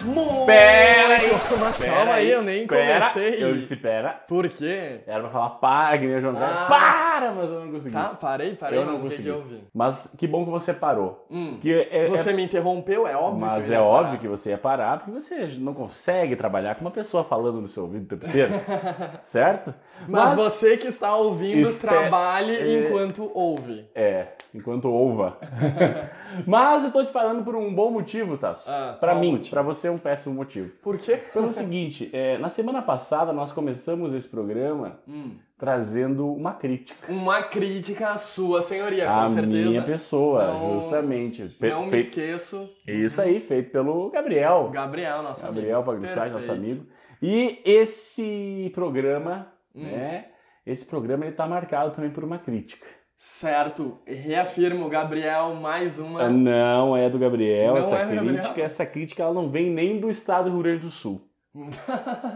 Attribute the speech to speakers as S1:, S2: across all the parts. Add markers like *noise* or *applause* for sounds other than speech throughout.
S1: Amor!
S2: Pera aí!
S1: Mas
S2: pera
S1: calma aí, eu nem
S2: pera.
S1: comecei.
S2: Eu disse pera.
S1: Por quê?
S2: Era pra falar para, que nem o João André.
S1: Ah.
S2: Para, mas eu não consegui.
S1: Tá, parei, parei,
S2: Eu não
S1: mas o que, que
S2: consegui.
S1: houve?
S2: Mas que bom que você parou.
S1: Hum,
S2: Que é- é-
S1: você me interrompeu, é óbvio.
S2: Mas
S1: que eu
S2: é
S1: ia
S2: óbvio
S1: parar.
S2: que você ia parar, porque você não consegue trabalhar com uma pessoa falando no seu ouvido o tempo
S1: *laughs*
S2: inteiro, certo?
S1: Mas, você que está ouvindo,
S2: Espe-
S1: trabalhe
S2: É.
S1: enquanto ouve.
S2: É, enquanto
S1: *laughs*
S2: ouva. Mas eu tô te parando por um bom motivo, Tasso.
S1: Ah,
S2: pra
S1: qual
S2: mim,
S1: motivo?
S2: pra você é um péssimo motivo.
S1: Por quê? *laughs*
S2: Pelo seguinte, é, na semana passada nós começamos esse programa
S1: Hum,
S2: trazendo uma crítica.
S1: uma crítica à sua, senhoria, É, com
S2: à minha
S1: certeza.
S2: pessoa,
S1: Não-
S2: justamente. Pe-
S1: Não me
S2: fei-
S1: esqueço.
S2: Isso aí, feito pelo Gabriel.
S1: Gabriel, nosso
S2: Gabriel
S1: amigo.
S2: Pagliussati, nosso
S1: Perfeito.
S2: amigo. E esse programa,
S1: Hum.
S2: né? Esse programa ele tá marcado também por uma crítica.
S1: Certo, reafirmo, Gabriel, mais uma.
S2: Ah, Não é do Gabriel
S1: Não
S2: essa
S1: é do
S2: crítica.
S1: Gabriel.
S2: Essa crítica ela não vem nem do estado do Rio Grande
S1: *laughs*
S2: do Sul.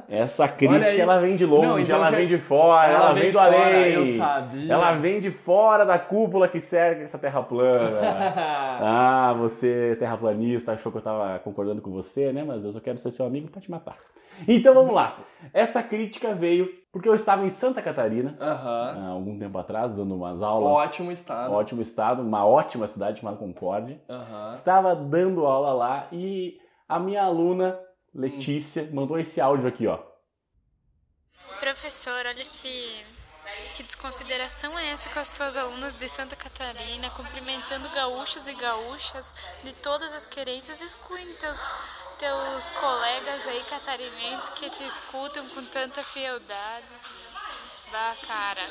S2: Essa crítica
S1: aí.
S2: ela vem de longe,
S1: Não, então
S2: ela
S1: que-
S2: vem de fora, ela, vem,
S1: de
S2: do
S1: fora,
S2: além.
S1: Eu sabia. *laughs*
S2: Ela vem de fora da cúpula que cerca essa terra
S1: *laughs*
S2: plana. Ah, você terraplanista, achou que eu tava concordando com você, né? Mas eu só quero ser seu amigo pra te matar. Então vamos lá. Essa crítica veio porque eu estava em Santa Catarina
S1: Aham.
S2: há algum tempo atrás, dando umas aulas.
S1: Ótimo né? estado.
S2: Ótimo estado, uma ótima cidade chamada Concórdia.
S1: Né? Aham.
S2: Estava dando aula lá e a minha aluna,
S1: Hum.
S2: Letícia, mandou esse áudio aqui, ó.
S3: Professor, olha que, que desconsideração é essa com as tuas alunas de Santa Catarina, cumprimentando gaúchos e gaúchas de todas as querências, excluindo teus, teus colegas aí catarinenses que te escutam com tanta fieldade. Bah, cara,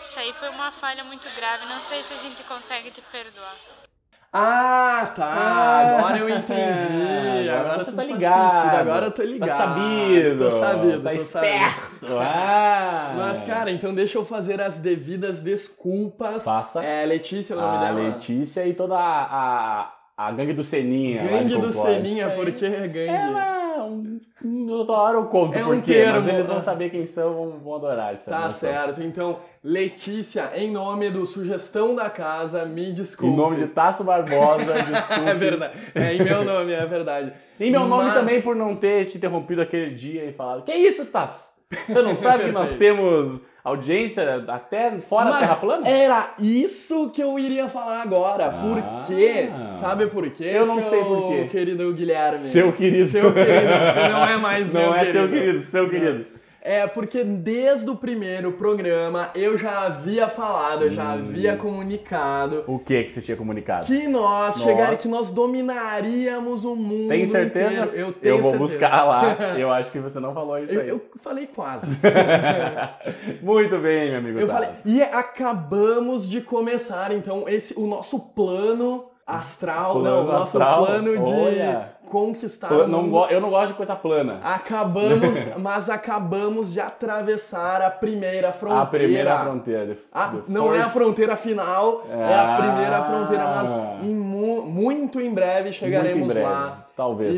S3: isso aí foi uma falha muito grave, não sei se a gente consegue te perdoar.
S1: Ah, tá.
S2: Ah,
S1: Agora eu entendi.
S2: *laughs* agora
S1: Agora
S2: você
S1: tudo
S2: tá
S1: faz
S2: ligado.
S1: sentido, Agora eu tô ligado.
S2: Tá sabido.
S1: Tô sabido,
S2: Tá
S1: tô sabido. *laughs*
S2: esperto. *laughs* Ah.
S1: Mas, cara, então deixa eu fazer as devidas desculpas.
S2: Passa.
S1: É, Letícia é o nome
S2: a
S1: dela.
S2: Ah, Letícia e toda a, a, a gangue do Seninha. lá de
S1: Gangue do
S2: Concórdia.
S1: Seninha, por que é gangue?
S2: Ela, um, um- outra hora eu conto
S1: É um
S2: por quê, mas
S1: termo.
S2: eles vão saber quem são, vão, vão adorar isso.
S1: Tá certo. Então, Letícia, em nome do Sugestão da Casa, me desculpe.
S2: Em nome de Tasso Barbosa,
S1: *laughs*
S2: desculpa.
S1: É verdade. É em meu nome, é verdade.
S2: Em meu nome
S1: Mas-
S2: também por não ter te interrompido aquele dia e falado, que isso, Tasso?
S1: *laughs*
S2: Você não sabe que nós temos audiência até fora da
S1: Mas é
S2: Terra Plana?
S1: Era isso que eu iria falar agora.
S2: Ah.
S1: Por quê? Sabe por quê?
S2: Eu não
S1: seu
S2: sei por quê.
S1: querido Guilherme.
S2: Seu querido.
S1: Seu querido, porque não é mais
S2: *laughs* Não
S1: meu
S2: é teu
S1: querido.
S2: querido, seu querido.
S1: É porque desde o primeiro programa eu já havia falado, eu
S2: Hum.
S1: já havia comunicado
S2: O que que você tinha comunicado?
S1: que nós
S2: Nossa.
S1: chegar que nós dominaríamos o mundo
S2: Tem certeza?
S1: inteiro. Eu tenho
S2: vou
S1: certeza.
S2: buscar
S1: *laughs*
S2: lá. Eu acho que você não falou isso
S1: Eu,
S2: aí.
S1: eu falei quase.
S2: *laughs* Muito bem, meu amigo.
S1: Eu
S2: Tasso.
S1: falei, e acabamos de começar, então, esse, o nosso plano astral,
S2: Plano
S1: não, o nosso
S2: astral,
S1: plano de
S2: olha.
S1: conquistar
S2: Pla-
S1: o
S2: não
S1: mundo.
S2: go- eu não gosto de coisa plana. *laughs*
S1: Acabamos, mas acabamos de atravessar a primeira fronteira.
S2: A primeira fronteira. the-
S1: Ah,
S2: the
S1: não é a
S2: first-
S1: fronteira final, é a
S2: Ah.
S1: primeira fronteira, mas em mu- muito em breve chegaremos
S2: Muito em breve,
S1: lá.
S2: Talvez.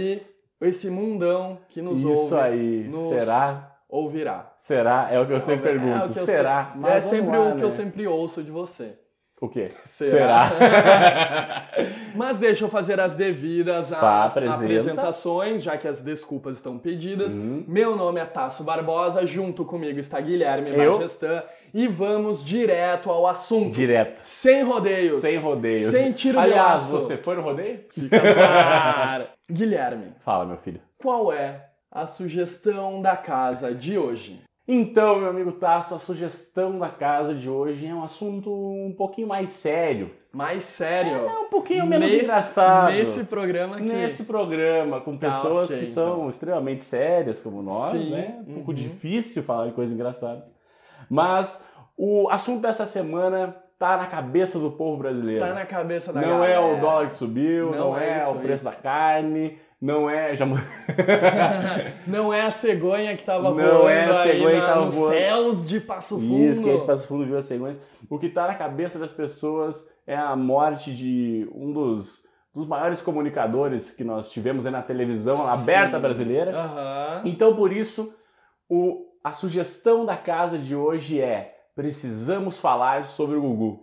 S1: E esse mundão que nos ouve
S2: Isso aí.
S1: nos-
S2: Será?
S1: ouvirá.
S2: Será? É o que eu sempre
S1: É o que
S2: pergunto.
S1: eu
S2: Será?
S1: sempre-
S2: Mas
S1: é
S2: vamos
S1: sempre
S2: lá,
S1: o que eu
S2: né?
S1: sempre ouço de você.
S2: O quê?
S1: Será?
S2: Será?
S1: *laughs* Mas deixa eu fazer as devidas
S2: Vá,
S1: às
S2: apresenta.
S1: apresentações, já que as desculpas estão pedidas.
S2: Uhum.
S1: Meu nome é Tasso Barbosa, junto comigo está Guilherme
S2: Eu.
S1: Magestan e vamos direto ao assunto.
S2: Direto.
S1: Sem rodeios.
S2: Sem rodeios.
S1: Sem tiro
S2: Aliás,
S1: de laço.
S2: você foi no rodeio?
S1: Fica claro. *laughs* Guilherme,
S2: Fala, meu filho.
S1: qual é a sugestão da casa de hoje?
S2: Então, meu amigo Tasso, a sugestão da casa de hoje é um assunto um pouquinho mais sério.
S1: Mais sério.
S2: É um pouquinho menos
S1: nesse,
S2: engraçado.
S1: Nesse programa aqui.
S2: nesse programa com
S1: Tá,
S2: pessoas
S1: ok,
S2: que são
S1: então.
S2: extremamente sérias como nós,
S1: Sim,
S2: né? Um pouco
S1: uhum.
S2: difícil falar de coisas engraçadas. Mas o assunto dessa semana tá na cabeça do povo brasileiro.
S1: Tá na cabeça da
S2: Não é
S1: galera.
S2: o dólar que subiu, não,
S1: Não é
S2: é,
S1: isso
S2: o preço da carne, não é já
S1: *laughs* Não é a cegonha que tava
S2: Não
S1: voando
S2: é a
S1: aí
S2: cegonha
S1: na-
S2: que tava
S1: nos
S2: voando.
S1: céus de Passo Fundo.
S2: isso que a gente passa fundo viu as cegonhas. O que tá na cabeça das pessoas é a morte de um dos dos maiores comunicadores que nós tivemos aí na televisão
S1: Sim.
S2: aberta brasileira.
S1: Aham.
S2: Então, por isso, o- a sugestão da casa de hoje é: precisamos falar sobre o Gugu.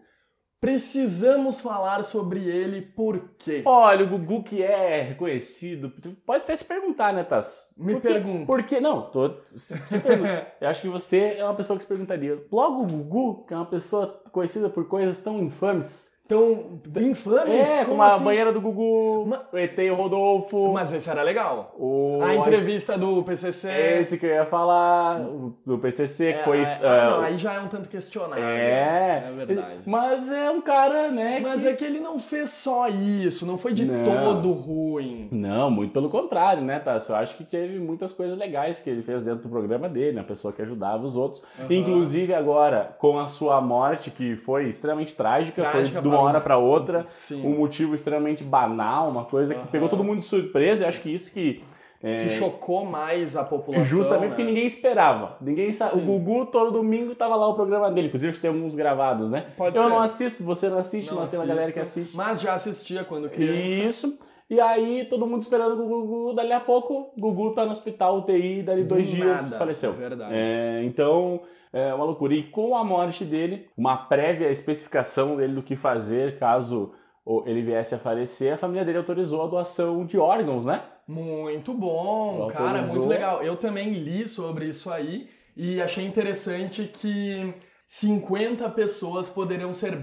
S1: Precisamos falar sobre ele por quê?
S2: Olha, o Gugu que é reconhecido, pode até se perguntar, né, Tasso?
S1: Me
S2: por quê?
S1: pergunto.
S2: Por que não? Tô, se,
S1: *laughs*
S2: se pergunta. Eu acho que você é uma pessoa que se perguntaria. Logo o Gugu, que é uma pessoa conhecida por coisas tão infames.
S1: Então, infames?
S2: é,
S1: como
S2: como a
S1: assim?
S2: banheira do Gugu,
S1: Ma-
S2: o ET e o Rodolfo,
S1: Mas esse era legal.
S2: o...
S1: A entrevista do PCC.
S2: É, Esse que eu ia falar, o- do PCC, que
S1: É,
S2: foi...
S1: é,
S2: ah,
S1: ah, não, aí já é um tanto questionável.
S2: É,
S1: É verdade.
S2: Mas é um cara, né?
S1: Mas
S2: que-
S1: é que ele não fez só isso, não foi de
S2: Não.
S1: todo ruim.
S2: Não, muito pelo contrário, né, Tasso? Eu acho que teve muitas coisas legais que ele fez dentro do programa dele, né? a pessoa que ajudava os outros.
S1: Aham.
S2: Inclusive agora, com a sua morte, que foi extremamente trágica,
S1: Trágica
S2: foi de
S1: pra-
S2: uma hora pra outra,
S1: Sim.
S2: um motivo extremamente banal, uma coisa que
S1: Aham.
S2: pegou todo mundo de surpresa, e acho que isso que... é,
S1: Que chocou mais a população.
S2: Justamente
S1: né?
S2: porque ninguém esperava. Ninguém sa... O
S1: Sim.
S2: Gugu todo domingo tava lá o programa dele. Inclusive tem alguns gravados, né?
S1: Pode
S2: Eu
S1: ser.
S2: não assisto, você não assiste,
S1: Não
S2: mas tem uma galera que
S1: assisto,
S2: assiste.
S1: Mas já assistia quando criança.
S2: Isso. E aí, todo mundo esperando o Gugu, dali a pouco, Gugu tá no hospital, UTI, dali dois
S1: Do
S2: dias
S1: Hum, nada,
S2: faleceu.
S1: Verdade.
S2: É, então, é uma loucura. E com a morte dele, uma prévia especificação dele do que fazer caso o- ele viesse a falecer, a família dele autorizou a doação de órgãos, né?
S1: Muito bom,
S2: Autorizou.
S1: cara, muito legal. Eu também li sobre isso aí e achei interessante que 50 pessoas poderão ser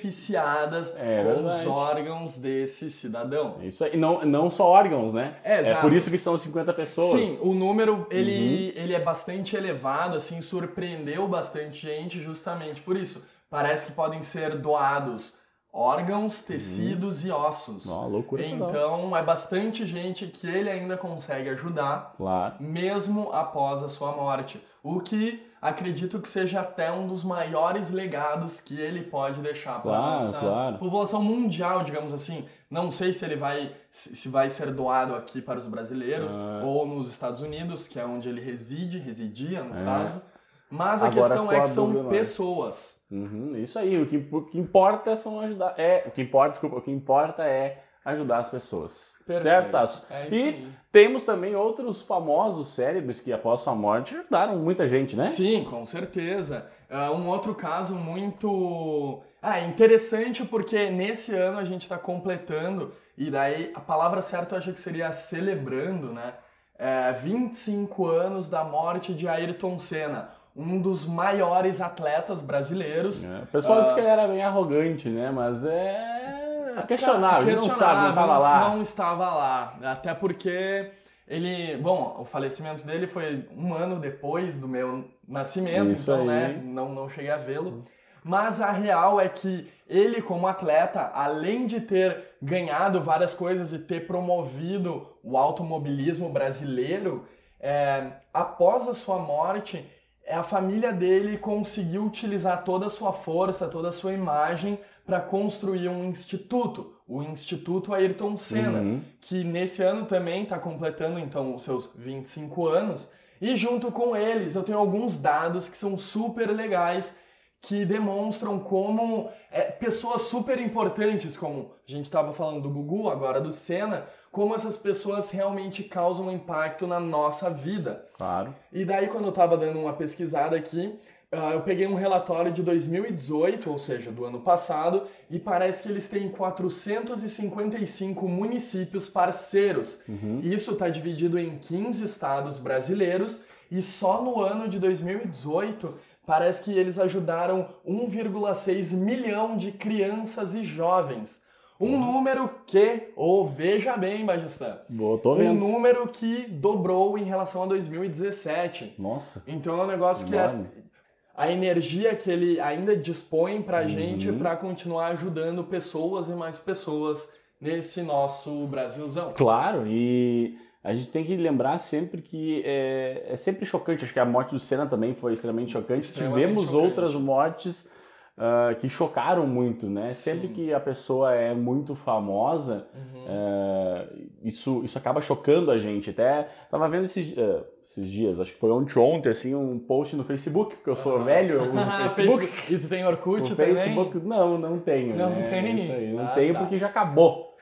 S1: beneficiadas
S2: É
S1: com os
S2: verdade.
S1: órgãos desse cidadão.
S2: É Isso aí. Não, não só órgãos, né?
S1: É,
S2: É
S1: exato.
S2: por isso que são 50 pessoas. Uhum.
S1: Sim, o número ele, ele é bastante elevado, assim, surpreendeu bastante gente justamente por isso. Parece que podem ser doados órgãos,
S2: Uhum.
S1: tecidos e ossos.
S2: Ó, loucura. total.
S1: Então é bastante gente que ele ainda consegue ajudar,
S2: Claro.
S1: mesmo após a sua morte. O que acredito que seja até um dos maiores legados que ele pode deixar para
S2: Claro,
S1: nossa
S2: claro.
S1: população mundial, digamos assim. Não sei se ele vai se se vai ser doado aqui para os brasileiros
S2: Ah.
S1: ou nos Estados Unidos, que é onde ele reside, residia no
S2: É.
S1: caso. Mas a
S2: Agora
S1: questão
S2: ficou né?
S1: é
S2: a
S1: que
S2: dúvida
S1: são
S2: agora.
S1: pessoas.
S2: Uhum, isso aí, o que, o que importa são ajudar. É, o que importa, desculpa, o que importa é ajudar as pessoas. Certo, Tasso?
S1: É
S2: E-
S1: isso
S2: Temos também outros famosos cérebros que, após sua morte, ajudaram muita gente, né?
S1: aí. Sim, com certeza. Ah, um outro caso muito ah, interessante, porque nesse ano a gente está completando, e daí a palavra certa eu acho que seria celebrando, né? É, 25 anos da morte de Ayrton Senna, um dos maiores atletas brasileiros.
S2: É, O pessoal
S1: Ah.
S2: disse que ele era bem arrogante, né? Mas é. questionável, ele não sabe, não
S1: Questionável,
S2: tava lá.
S1: Não estava lá. Até porque ele. Bom, o falecimento dele foi um ano depois do meu nascimento,
S2: Isso
S1: então,
S2: aí.
S1: né? Não, não cheguei a vê-lo. Mas a real é que ele, como atleta, além de ter ganhado várias coisas e ter promovido o automobilismo brasileiro, é, após a sua morte, é, a família dele conseguiu utilizar toda a sua força, toda a sua imagem para construir um instituto, o Instituto Ayrton Senna,
S2: Uhum.
S1: que nesse ano também está completando então os seus 25 anos. E junto com eles, eu tenho alguns dados que são super legais que demonstram como é, pessoas super importantes, como a gente estava falando do Gugu, agora do Senna, como essas pessoas realmente causam impacto na nossa vida.
S2: Claro.
S1: E daí, quando eu tava dando uma pesquisada aqui, ah, eu peguei um relatório de 2018, ou seja, do ano passado, e parece que eles têm 455 municípios parceiros.
S2: Uhum.
S1: Isso está dividido em 15 estados brasileiros, e só no ano de 2018 parece que eles ajudaram 1,6 milhão de crianças e jovens. Um número que, ou veja bem, Majestan,
S2: Boa, tô
S1: um
S2: vendo.
S1: número que dobrou em relação a 2017.
S2: Nossa.
S1: Então é um negócio que a,
S2: Enorme.
S1: a energia que ele ainda dispõe pra
S2: Uhum.
S1: gente pra continuar ajudando pessoas e mais pessoas nesse nosso Brasilzão.
S2: Claro, e a gente tem que lembrar sempre que é, é sempre chocante. Acho que a morte do Senna também foi extremamente chocante.
S1: Extremamente
S2: Tivemos
S1: chocante.
S2: outras mortes ah, que chocaram muito, né?
S1: Sim.
S2: Sempre que a pessoa é muito famosa,
S1: Uhum.
S2: ah, isso, isso acaba chocando a gente. Até tava vendo esses, ah, esses dias, acho que foi ontem, ontem, assim, um post no Facebook, porque eu sou
S1: Aham.
S2: velho, eu uso o
S1: *laughs* Ah,
S2: Facebook.
S1: E tu tem Orkut
S2: O
S1: também?
S2: Facebook, é não, não tenho.
S1: Não
S2: né?
S1: tem?
S2: Isso aí, não
S1: Ah,
S2: tenho
S1: tá.
S2: porque já acabou.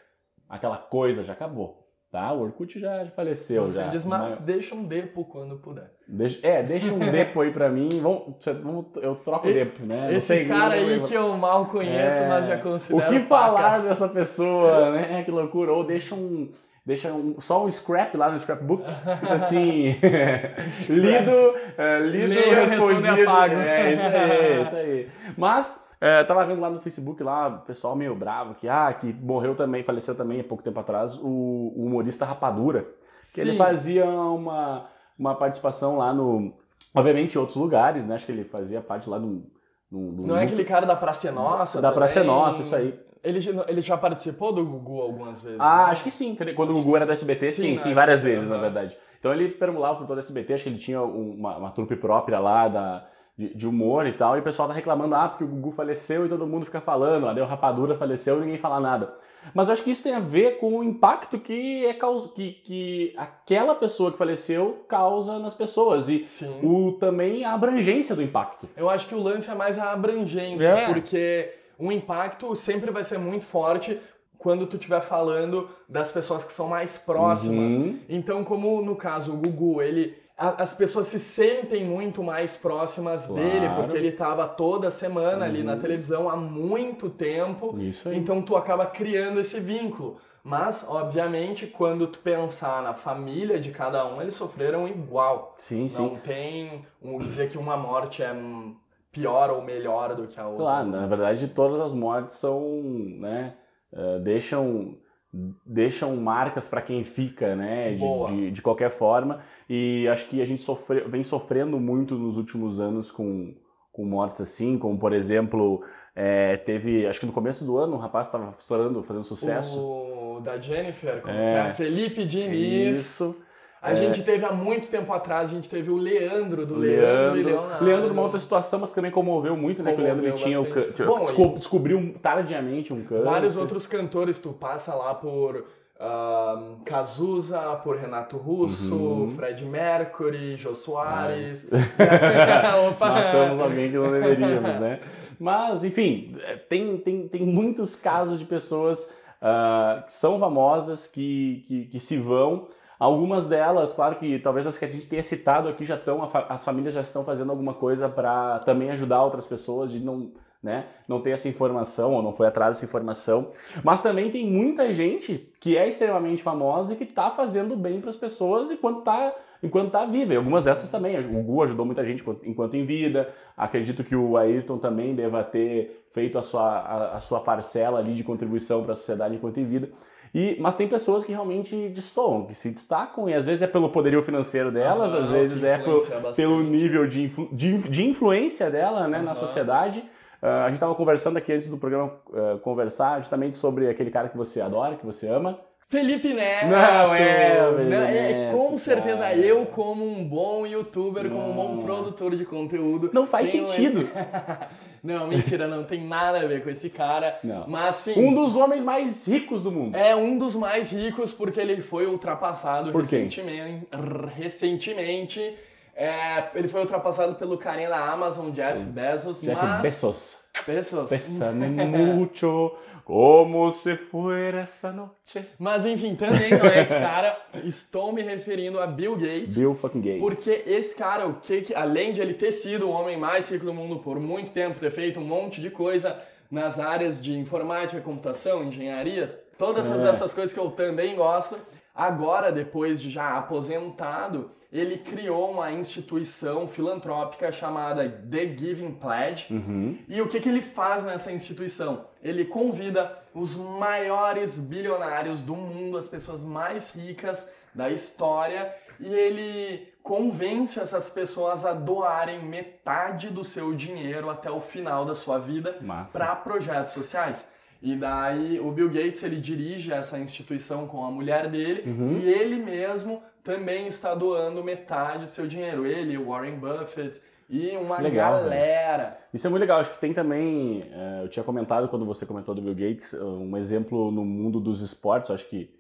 S2: Aquela coisa já acabou. Tá? O Orkut já faleceu.
S1: Você
S2: já. né?
S1: diz, mas deixa um depo quando puder.
S2: Deixa- é, deixa um *laughs* depo aí pra mim. Vamos, cê- vamos- eu troco o
S1: E-
S2: depo, né? Não
S1: Esse
S2: sei,
S1: cara
S2: não
S1: aí
S2: lembro.
S1: que eu mal conheço,
S2: É.
S1: mas já
S2: O
S1: considero
S2: que falar
S1: pacas.
S2: dessa pessoa, né? *laughs* Que loucura. Ou deixa um. Deixa um, só um scrap lá no scrapbook, escrito
S1: *laughs*
S2: assim. lido, é, lido,
S1: Leia, responde,
S2: respondido.
S1: apago.
S2: É, isso
S1: *laughs*
S2: aí, isso aí. Mas. É, tava vendo lá no Facebook lá, o pessoal meio bravo, que, ah, que morreu também, faleceu também há pouco tempo atrás, o, o humorista Rapadura. Que ele
S1: Sim.
S2: fazia uma, uma participação lá no. Obviamente em outros lugares, né? Acho que ele fazia parte lá um, do. do, do
S1: Não é aquele cara da Praça é Nossa?
S2: Da
S1: também?
S2: Praça é Nossa, isso aí.
S1: Ele, já- ele já participou do Gugu algumas vezes.
S2: Ah,
S1: né?
S2: acho que sim. Quando o Gugu era do SBT,
S1: Sim,
S2: sim, ah,
S1: né,
S2: sim, várias
S1: SBT,
S2: vezes, na
S1: aham.
S2: verdade. Então ele perambulava por todo o SBT, acho que ele tinha um, uma, uma trupe própria lá da, de, de humor e tal, e o pessoal tá reclamando, ah, porque o Gugu faleceu e todo mundo fica falando, ah, deu rapadura, faleceu e ninguém fala nada. Mas eu acho que isso tem a ver com o impacto que, é caus... que, que aquela pessoa que faleceu causa nas pessoas e
S1: né? Sim.
S2: o, também a abrangência do impacto.
S1: Eu acho que o lance é mais a abrangência,
S2: É.
S1: porque o impacto sempre vai ser muito forte quando tu estiver falando das pessoas que são mais próximas.
S2: Uhum.
S1: Então, como no caso o Gugu, ele a- as pessoas se sentem muito mais próximas
S2: Claro. Uhum.
S1: dele, porque ele tava toda semana ali na televisão há muito tempo.
S2: Isso Tá aí.
S1: Então tu acaba criando esse vínculo. Mas, obviamente, quando tu pensar na família de cada um, eles sofreram igual.
S2: Sim, sim.
S1: Não tem um dizer que uma morte é hum, pior ou melhor do que a outra.
S2: Claro, na verdade todas as mortes são, né, eh, deixam deixam marcas para quem fica, né, de-
S1: Boa.
S2: de, de qualquer forma. E acho que a gente sofre, vem sofrendo muito nos últimos anos com, com mortes assim, como por exemplo, eh, teve, acho que no começo do ano um rapaz estava estourando, fazendo sucesso.
S1: O da Jennifer, como
S2: É.
S1: que é? Felipe Diniz. A gente teve há muito tempo atrás, a gente teve o Leandro do Leandro, e Leonardo.
S2: Leandro numa outra situação, mas que também comoveu muito, né? Que o Leandro ele
S1: Comoveu
S2: tinha o
S1: bastante.
S2: cân-
S1: Bom,
S2: desco- descobriu tardiamente um câncer.
S1: Vários outros cantores, tu passa lá por ah, Cazuza, por Renato Russo,
S2: Uhum.
S1: Fred Mercury, Jô Soares. *laughs* Opa!
S2: Matamos alguém que não deveríamos, né? Mas, enfim, é, tem, tem, tem muitos casos de pessoas ah, que são famosas, que, que, que se vão. Algumas delas, claro que talvez as que a gente tenha citado aqui já estão, a fa- as famílias já estão fazendo alguma coisa para também ajudar outras pessoas de não, né, não ter essa informação ou não foi atrás dessa informação. Mas também tem muita gente que é extremamente famosa e que tá fazendo bem para as pessoas enquanto tá, enquanto tá viva. E algumas dessas também. O Gu ajudou muita gente enquanto, enquanto em vida. Acredito que o Ayrton também deva ter feito a sua, a, a sua parcela ali de contribuição para a sociedade enquanto em vida. E, mas tem pessoas que realmente destoam, que se destacam, e às vezes é pelo poderio financeiro delas,
S1: Aham,
S2: às vezes
S1: Ah, que
S2: é pelo,
S1: influencia bastante.
S2: pelo nível de, influ- de, inf- de influência dela né, na
S1: Aham.
S2: sociedade. Ah, a gente estava conversando aqui antes do programa ah, conversar justamente sobre aquele cara que você adora, que você ama.
S1: Felipe Neto!
S2: Não é o Felipe
S1: Não, é,
S2: Neto,
S1: com certeza
S2: cara.
S1: eu, como um bom youtuber, como um bom
S2: Não.
S1: produtor de conteúdo.
S2: Não faz
S1: tenho-
S2: sentido.
S1: *laughs* Não, mentira, não tem nada a ver com esse cara.
S2: Não.
S1: Mas sim,
S2: Um dos homens mais ricos do mundo.
S1: é um dos mais ricos porque ele foi ultrapassado
S2: Por quem?
S1: recentemente. Recentemente. É, ele foi ultrapassado pelo carinha da Amazon, Jeff Bezos,
S2: Hum. Jeff
S1: mas
S2: Bezos.
S1: Bezos.
S2: Pensando muito como se fuera
S1: *laughs*
S2: essa noite.
S1: Mas enfim, também não é esse cara. Estou me referindo a Bill Gates.
S2: Bill fucking Gates.
S1: Porque esse cara, o que, que- além de ele ter sido o homem mais rico do mundo por muito tempo, ter feito um monte de coisa nas áreas de informática, computação, engenharia, todas essas,
S2: É.
S1: essas coisas que eu também gosto, agora, depois de já aposentado, ele criou uma instituição filantrópica chamada The Giving Pledge.
S2: Uhum.
S1: E o que, que ele faz nessa instituição? Ele convida os maiores bilionários do mundo, as pessoas mais ricas da história, e ele convence essas pessoas a doarem metade do seu dinheiro até o final da sua vida
S2: Massa.
S1: para projetos sociais. E daí o Bill Gates ele dirige essa instituição com a mulher dele
S2: Uhum.
S1: e ele mesmo também está doando metade do seu dinheiro. Ele, o Warren Buffett e uma
S2: Legal, né?
S1: galera.
S2: Isso é muito legal. Acho que tem também. eh, eu tinha comentado quando você comentou do Bill Gates, eh, um exemplo no mundo dos esportes. Acho que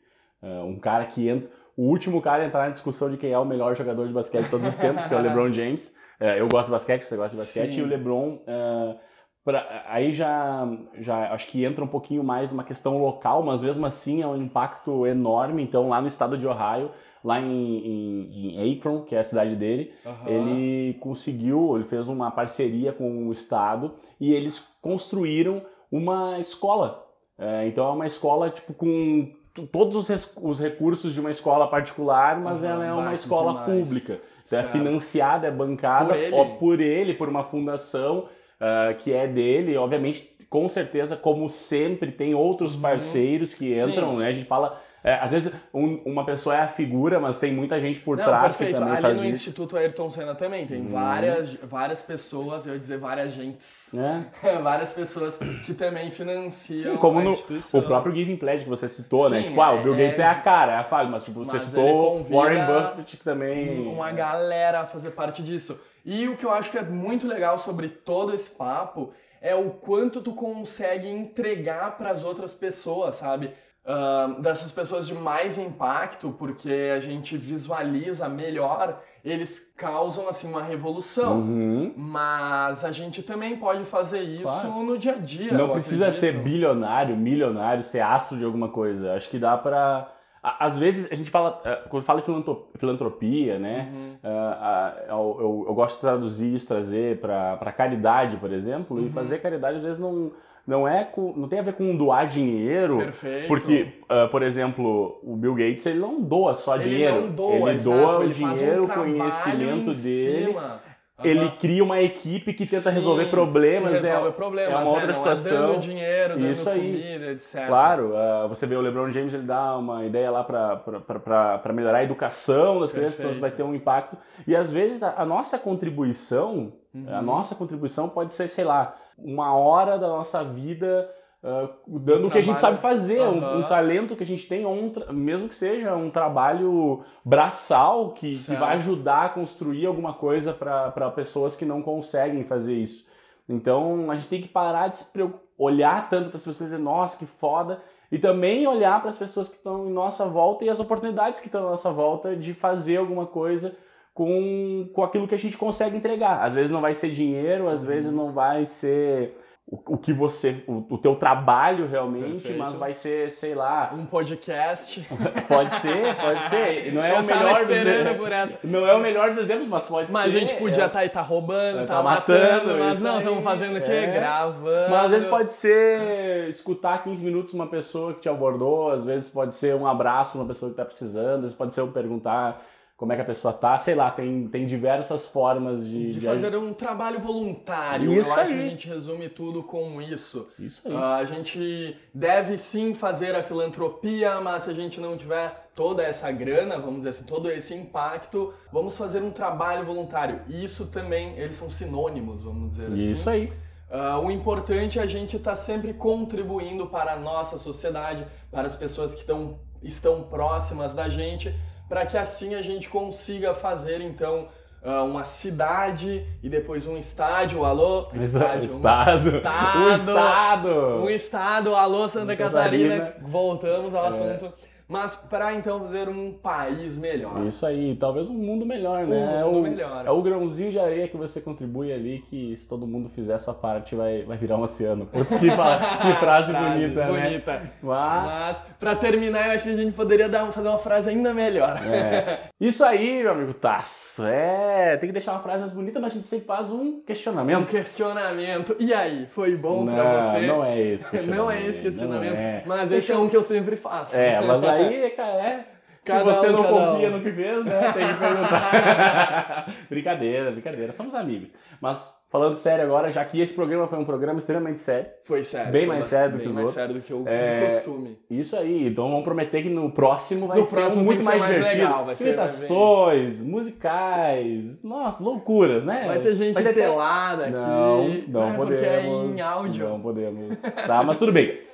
S2: eh, um cara que entra. O último cara a entrar na discussão de quem é o melhor jogador de É, basquete de todos os tempos, que é o LeBron James. Eh, eu gosto de basquete, você gosta de basquete.
S1: Sim.
S2: E o LeBron eh, pra- aí já, já acho que entra um pouquinho mais uma questão local, mas mesmo assim é um impacto enorme. Então, lá no estado de Ohio, lá em, em, em Akron, que é a cidade dele,
S1: Aham. Ah.
S2: ele conseguiu, ele fez uma parceria com o estado e eles construíram uma escola. É, então é uma escola tipo com t- todos os, res- os recursos de uma escola particular, mas
S1: Aham,
S2: ela é uma
S1: bate
S2: escola
S1: demais.
S2: pública. Então é
S1: Certo.
S2: financiada, é bancada
S1: Por ele?
S2: ó, por ele, por uma fundação ah, que é dele, obviamente, com certeza, como sempre, tem outros
S1: Uhum.
S2: parceiros que
S1: Sim.
S2: entram, né? A gente fala. é, às vezes um- uma pessoa é a figura, mas tem muita gente por
S1: Não,
S2: trás que
S1: perfeito.
S2: também
S1: Ali
S2: faz
S1: no
S2: isso.
S1: Instituto Ayrton Senna também tem
S2: Uhum.
S1: várias, várias pessoas, eu ia dizer várias gentes, *laughs*
S2: né?
S1: várias pessoas que também financiam
S2: Sim, como
S1: a
S2: no-
S1: é instituição.
S2: O próprio Giving Pledge que você citou, né?
S1: Sim,
S2: Tipo, ah, o Bill
S1: é-
S2: Gates é a cara, é a fábrica, mas tipo, você
S1: Mas
S2: citou
S1: ele convida um
S2: Warren Buffett que também. Uhum.
S1: uma galera a fazer parte disso. E o que eu acho que é muito legal sobre todo esse papo é o quanto tu consegue entregar para as outras pessoas, sabe? Ahn, dessas pessoas de mais impacto, porque a gente visualiza melhor, eles causam assim uma revolução.
S2: Uhum.
S1: Mas a gente também pode fazer isso
S2: Claro.
S1: no dia a dia.
S2: Não
S1: eu
S2: precisa
S1: acredito.
S2: ser bilionário, milionário, ser astro de alguma coisa. Acho que dá pra. a- Às vezes a gente fala, eh, quando fala em filanto- filantropia, né?
S1: Uhum.
S2: Ah, ah, eu, eu- eu gosto de traduzir isso, trazer pra pra caridade, por exemplo,
S1: Uhum.
S2: e fazer caridade às vezes não, não é com- não tem a ver com doar dinheiro,
S1: Uhum, Perfeito.
S2: porque, ah, por exemplo, o Bill Gates ele não doa só
S1: Então. ele
S2: dinheiro,
S1: não doa,
S2: ele
S1: exato,
S2: doa o
S1: ele faz um
S2: dinheiro, o
S1: trabalho
S2: conhecimento
S1: em
S2: dele,
S1: cima.
S2: ele
S1: Aham.
S2: cria uma equipe que tenta
S1: Sim,
S2: resolver problemas,
S1: que resolve
S2: é,
S1: problemas,
S2: é uma outra
S1: não
S2: situação.
S1: É dando dinheiro, dando
S2: Isso aí.
S1: comida, etc.
S2: Claro, ah, você vê o LeBron James, ele dá uma ideia lá para melhorar a educação das crianças, então isso
S1: Perfeito.
S2: vai ter um impacto. E às vezes a, a nossa contribuição,
S1: Uhum.
S2: é a nossa contribuição pode ser, sei lá, uma hora da nossa vida ah, dando o que a gente
S1: trabalho.
S2: sabe fazer, um- um,
S1: Aham.
S2: talento que a gente tem, ou um tra- mesmo que seja um trabalho braçal que, que
S1: Certo.
S2: vai ajudar a construir alguma coisa para pessoas que não conseguem fazer isso. Então a gente tem que parar de se preocupar, olhar tanto para as pessoas e dizer, nossa, que foda. E também olhar para as pessoas que estão em nossa volta e as oportunidades que estão à nossa volta de fazer alguma coisa com, com aquilo que a gente consegue entregar. Às vezes não vai ser dinheiro,
S1: Uhum.
S2: às vezes não vai ser o, o que você. O, o teu trabalho realmente,
S1: Perfeito.
S2: mas vai ser, sei lá.
S1: Um podcast.
S2: Pode ser, pode ser. *laughs* Não é
S1: eu
S2: o
S1: tava
S2: melhor dos
S1: esperando
S2: exemplos.
S1: por essa.
S2: Não é o melhor dos exemplos, mas pode
S1: Mas
S2: ser.
S1: a gente podia
S2: É.
S1: estar tá aí, tá roubando,
S2: Tá
S1: tá, matando,
S2: matando,
S1: mas
S2: isso
S1: não,
S2: aí.
S1: estamos fazendo o quê?
S2: É.
S1: Gravando.
S2: Mas às vezes pode ser escutar 15 minutos uma pessoa que te abordou, às vezes pode ser um abraço uma pessoa que tá precisando, às vezes pode ser eu perguntar como é que a pessoa tá, sei lá, tem, tem diversas formas de,
S1: De fazer um trabalho voluntário.
S2: Isso
S1: eu acho que a
S2: aí.
S1: gente resume tudo com isso.
S2: Isso aí.
S1: Ah, a gente deve sim fazer a filantropia, mas se a gente não tiver toda essa grana, vamos dizer assim, todo esse impacto, vamos fazer um trabalho voluntário. E isso também, eles são sinônimos, vamos dizer assim.
S2: Isso aí.
S1: Ah, o importante é a gente estar sempre contribuindo para a nossa sociedade, para as pessoas que tão, estão próximas da gente, para que assim a gente consiga fazer então ah, uma cidade e depois um estádio,
S2: *laughs*
S1: alô, estádio, um
S2: Estado.
S1: *laughs* estado.
S2: O Estado.
S1: um estado, alô Santa
S2: Santa
S1: Catarina.
S2: Catarina. É.
S1: voltamos ao assunto. Mas para então fazer um país melhor.
S2: Isso aí. Talvez um mundo melhor,
S1: Um
S2: né? É
S1: mundo
S2: o-
S1: melhor.
S2: É
S1: *laughs*
S2: o grãozinho de areia que você contribui ali, que se todo mundo fizer a sua parte, vai, vai virar um oceano. Putz, que,
S1: *laughs*
S2: fa- que frase, bonita, né?
S1: bonita.
S2: Mas-
S1: Mas pra terminar, eu acho que a gente poderia dar, um, fazer uma frase ainda melhor. *laughs*
S2: É. Isso aí, meu amigo Tasso. É, tem que deixar uma frase mais bonita, mas a gente sempre faz um
S1: Um
S2: questionamento.
S1: questionamento. E aí, foi bom
S2: não,
S1: pra você?
S2: não é esse questionamento.
S1: *laughs* Não é esse questionamento,
S2: não é.
S1: mas esse é um que eu sempre faço.
S2: É, mas aí, cara, é.
S1: Cada
S2: Se você
S1: um,
S2: não
S1: cada
S2: confia
S1: um.
S2: no que fez, né? Tem que perguntar. *laughs* brincadeira, brincadeira. Somos amigos. Mas, falando sério agora, já que esse programa foi um programa extremamente sério,
S1: *laughs* Foi sério.
S2: Bem
S1: foi
S2: mais
S1: bastante-
S2: sério do que
S1: bem
S2: os
S1: mais
S2: outros.
S1: sério do que o
S2: É,
S1: de costume.
S2: Isso aí, então vamos prometer que no próximo vai
S1: No
S2: ser
S1: próximo
S2: um
S1: tem que
S2: muito
S1: ser
S2: mais
S1: mais
S2: divertido.
S1: legal, vai ser
S2: Imitações, musicais, nossa, loucuras, né?
S1: Vai ter gente
S2: até-
S1: pelada Tá aqui.
S2: Não, não
S1: né,
S2: podemos.
S1: Porque é em áudio.
S2: Não podemos. Tá, mas tudo bem.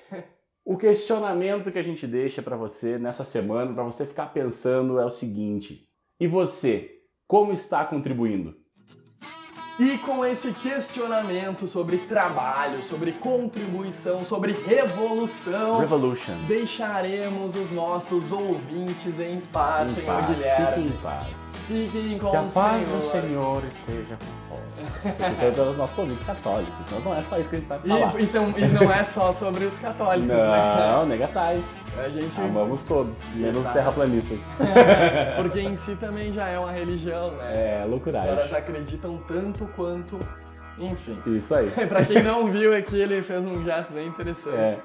S2: O questionamento que a gente deixa pra você nessa semana, pra você ficar pensando, é o seguinte: e você, como está contribuindo?
S1: E com esse questionamento sobre trabalho, sobre contribuição, sobre revolução,
S2: Revolution.
S1: deixaremos os nossos ouvintes em paz,
S2: Em
S1: Ah, senhor
S2: paz,
S1: Guilherme.
S2: fique em paz.
S1: Fiquem com
S2: Que a
S1: o
S2: paz do
S1: Senhor.
S2: um Senhor esteja com vós. Cantando aos nossos ouvintes católicos. Então não é só isso que a gente sabe falar.
S1: E, então, e não é só sobre os católicos, né?
S2: Não, Ah, negatais.
S1: A gente.
S2: Amamos todos, menos os
S1: Exato.
S2: terraplanistas.
S1: *laughs* Porque em si também já é uma religião, né?
S2: É,
S1: Os
S2: loucuragem.
S1: caras acreditam tanto quanto. Enfim. *laughs*
S2: Isso aí.
S1: pra quem não viu aqui, ele fez um gesto bem interessante.
S2: É.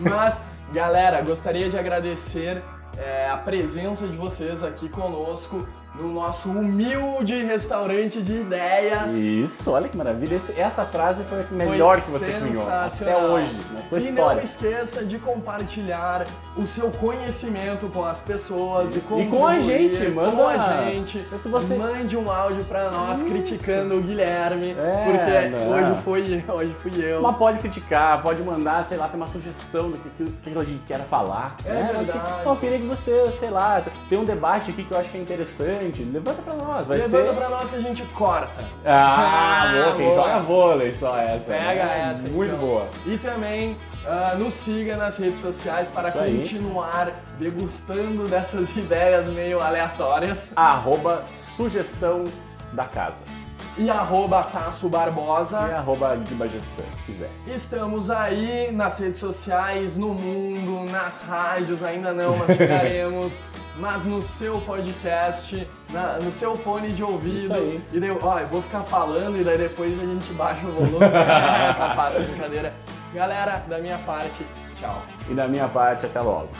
S1: Mas, galera, gostaria de agradecer é, a presença de vocês aqui conosco no nosso humilde restaurante de ideias.
S2: Isso, olha que maravilha. Esse- essa frase foi a melhor que você cunhou. Até
S1: sensacional.
S2: hoje, né? na tua
S1: e
S2: história.
S1: não esqueça de compartilhar o seu conhecimento com as pessoas, de
S2: E com a
S1: contribuir
S2: gente,
S1: com
S2: manda-
S1: a gente.
S2: Se você-
S1: Mande um áudio pra nós
S2: Isso.
S1: criticando o Guilherme,
S2: É,
S1: porque
S2: não.
S1: hoje foi eu, hoje fui eu.
S2: Mas pode criticar, pode mandar, sei lá, ter uma sugestão do que, que, que a gente quer falar.
S1: É
S2: né?
S1: verdade.
S2: Assim, "Ó, eu queria que você, sei lá, tem um debate aqui que eu acho que é interessante. Levanta pra nós, vai
S1: Levanta
S2: ser.
S1: pra nós que a gente corta.
S2: Ah,
S1: Ah,
S2: boa, quem
S1: boa.
S2: joga vôlei só essa.
S1: Pega
S2: né?
S1: essa,
S2: Muito
S1: então.
S2: boa.
S1: E também ah, nos siga nas redes sociais para
S2: Isso aí.
S1: continuar degustando dessas *laughs* ideias meio aleatórias.
S2: Arroba sugestão da casa.
S1: E arroba Tasso Barbosa.
S2: E arroba de Majestã, se quiser.
S1: Estamos aí nas redes sociais, no mundo, nas rádios, ainda não, mas
S2: *laughs*
S1: chegaremos. Mas no seu podcast, na- no seu fone de
S2: Isso
S1: ouvido.
S2: aí.
S1: E daí, eu- ó, eu vou ficar falando e daí depois a gente baixa o volume. *laughs* É, Capaz, brincadeira. Galera, da minha parte, tchau.
S2: E da minha parte, até logo.